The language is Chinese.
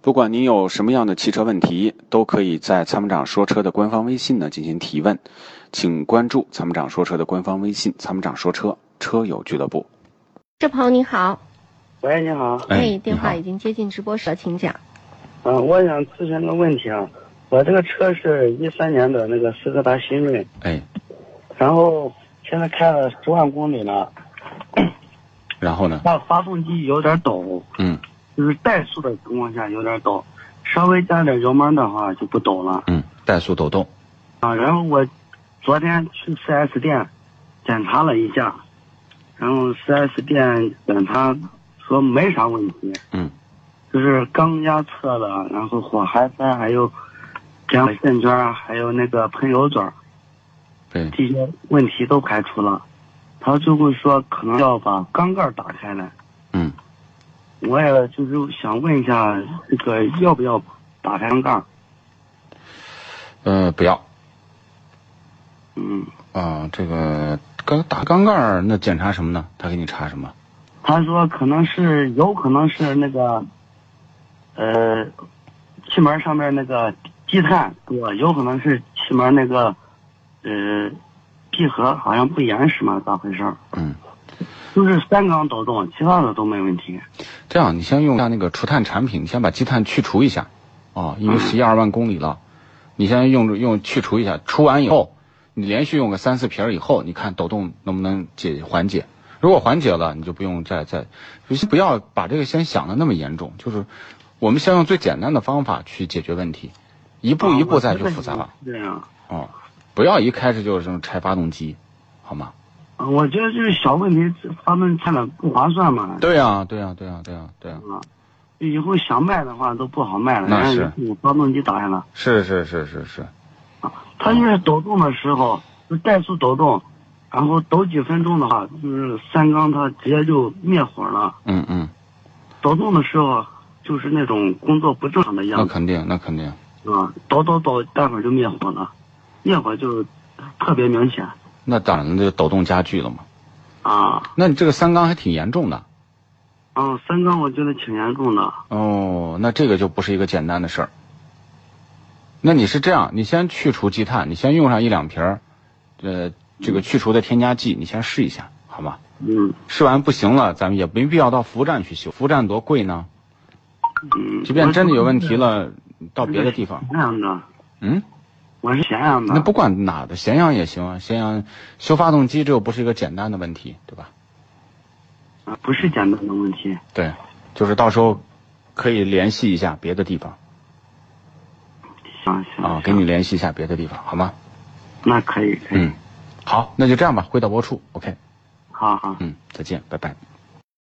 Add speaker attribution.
Speaker 1: 不管您有什么样的汽车问题，都可以在参谋长说车的官方微信呢进行提问，请关注参谋长说车的官方微信“参谋长说车车友俱乐部
Speaker 2: 这朋友你好，
Speaker 3: 喂，你好，”。
Speaker 1: 哎，
Speaker 2: 电话
Speaker 1: 你
Speaker 2: 已经接进直播室了，请讲。
Speaker 3: 嗯、我想咨询个问题啊，我这个车是一三年的那个斯柯达新锐，
Speaker 1: 好，哎，
Speaker 3: 然后现在开了十万公里了，
Speaker 1: 然后呢？
Speaker 3: 那发动机有点抖，
Speaker 1: 嗯
Speaker 3: 就是怠速的情况下有点抖，稍微加点油门的话就不抖了
Speaker 1: 嗯，怠速抖动，
Speaker 3: 啊。然后我昨天去 4S 店检查了一下，然后 4S 店检查说没啥问题，
Speaker 1: 嗯
Speaker 3: 就是缸压侧了，然后火花塞还有两个线圈儿，还有那个喷油嘴儿，
Speaker 1: 对，
Speaker 3: 这些问题都排除了。他最后说可能要把缸盖儿打开来，
Speaker 1: 嗯
Speaker 3: 我也就是想问一下这个要不要打开缸盖儿？
Speaker 1: 呃，不要
Speaker 3: 嗯，
Speaker 1: 啊，这个刚打缸盖儿那检查什么呢？他给你查什么？
Speaker 3: 他说可能是有可能是那个，呃，气门上面那个积碳多，有可能是气门那个，呃，闭合好像不严实嘛，咋回事儿？
Speaker 1: 嗯。
Speaker 3: 就是三缸抖动，其他的都没问题。
Speaker 1: 这样，你先用一下那个除碳产品，你先把积碳去除一下，啊，因为十一二万公里了，你先用用去除一下，除完以后，你连续用个三四瓶儿以后，你看抖动能不能解缓解？如果缓解了，你就不用再再，就先不要把这个先想的那么严重，就是我们先用最简单的方法去解决问题，一步
Speaker 3: 啊
Speaker 1: 一步再去复杂化，。
Speaker 3: 对呀、
Speaker 1: 哦，不要一开始就是这种拆发动机，好吗？
Speaker 3: 啊，我觉得就是小问题，他们看了不划算嘛。
Speaker 1: 对呀、对呀、对呀、对呀、对呀、
Speaker 3: 啊，以后想卖的话都不好卖了。
Speaker 1: 那
Speaker 3: 然后
Speaker 1: 是
Speaker 3: 就发动机打下来，
Speaker 1: 是是是是是，
Speaker 3: 它就是抖动的时候，就怠速抖动，然后抖几分钟的话，就是三缸它直接就灭火了。
Speaker 1: 嗯嗯，
Speaker 3: 抖动的时候就是那种工作不正常的
Speaker 1: 那
Speaker 3: 样子
Speaker 1: 肯定，那肯定。
Speaker 3: 啊，抖抖抖，待会儿就灭火了，灭火就特别明显
Speaker 1: 那当然，就抖动加剧了嘛。
Speaker 3: 啊。
Speaker 1: 那你这个三缸还挺严重的
Speaker 3: 嗯，三缸我觉得挺严重的。
Speaker 1: 哦，那这个就不是一个简单的事儿。那你是这样，你先去除积碳，你先用上一两瓶儿，呃，这个去除的添加剂，你先试一下，好吗？
Speaker 3: 嗯
Speaker 1: 试完不行了，咱们也没必要到服务站去修，服务站多贵呢。
Speaker 3: 嗯，
Speaker 1: 即便真的有问题了，到别的地方，
Speaker 3: 咸阳的，
Speaker 1: 嗯，
Speaker 3: 我是咸阳的。
Speaker 1: 那不管哪的，咸阳也行啊。咸阳修发动机这又不是一个简单的问题，对吧？
Speaker 3: 啊不是简单的问题。
Speaker 1: 对，就是到时候可以联系一下别的地方。
Speaker 3: 行行
Speaker 1: 啊，
Speaker 3: 行
Speaker 1: 给你联系一下别的地方，好吗？
Speaker 3: 那可以可以，
Speaker 1: 嗯，好，那就这样吧，回到播处，OK，
Speaker 3: 好好。
Speaker 1: 嗯，再见，拜拜。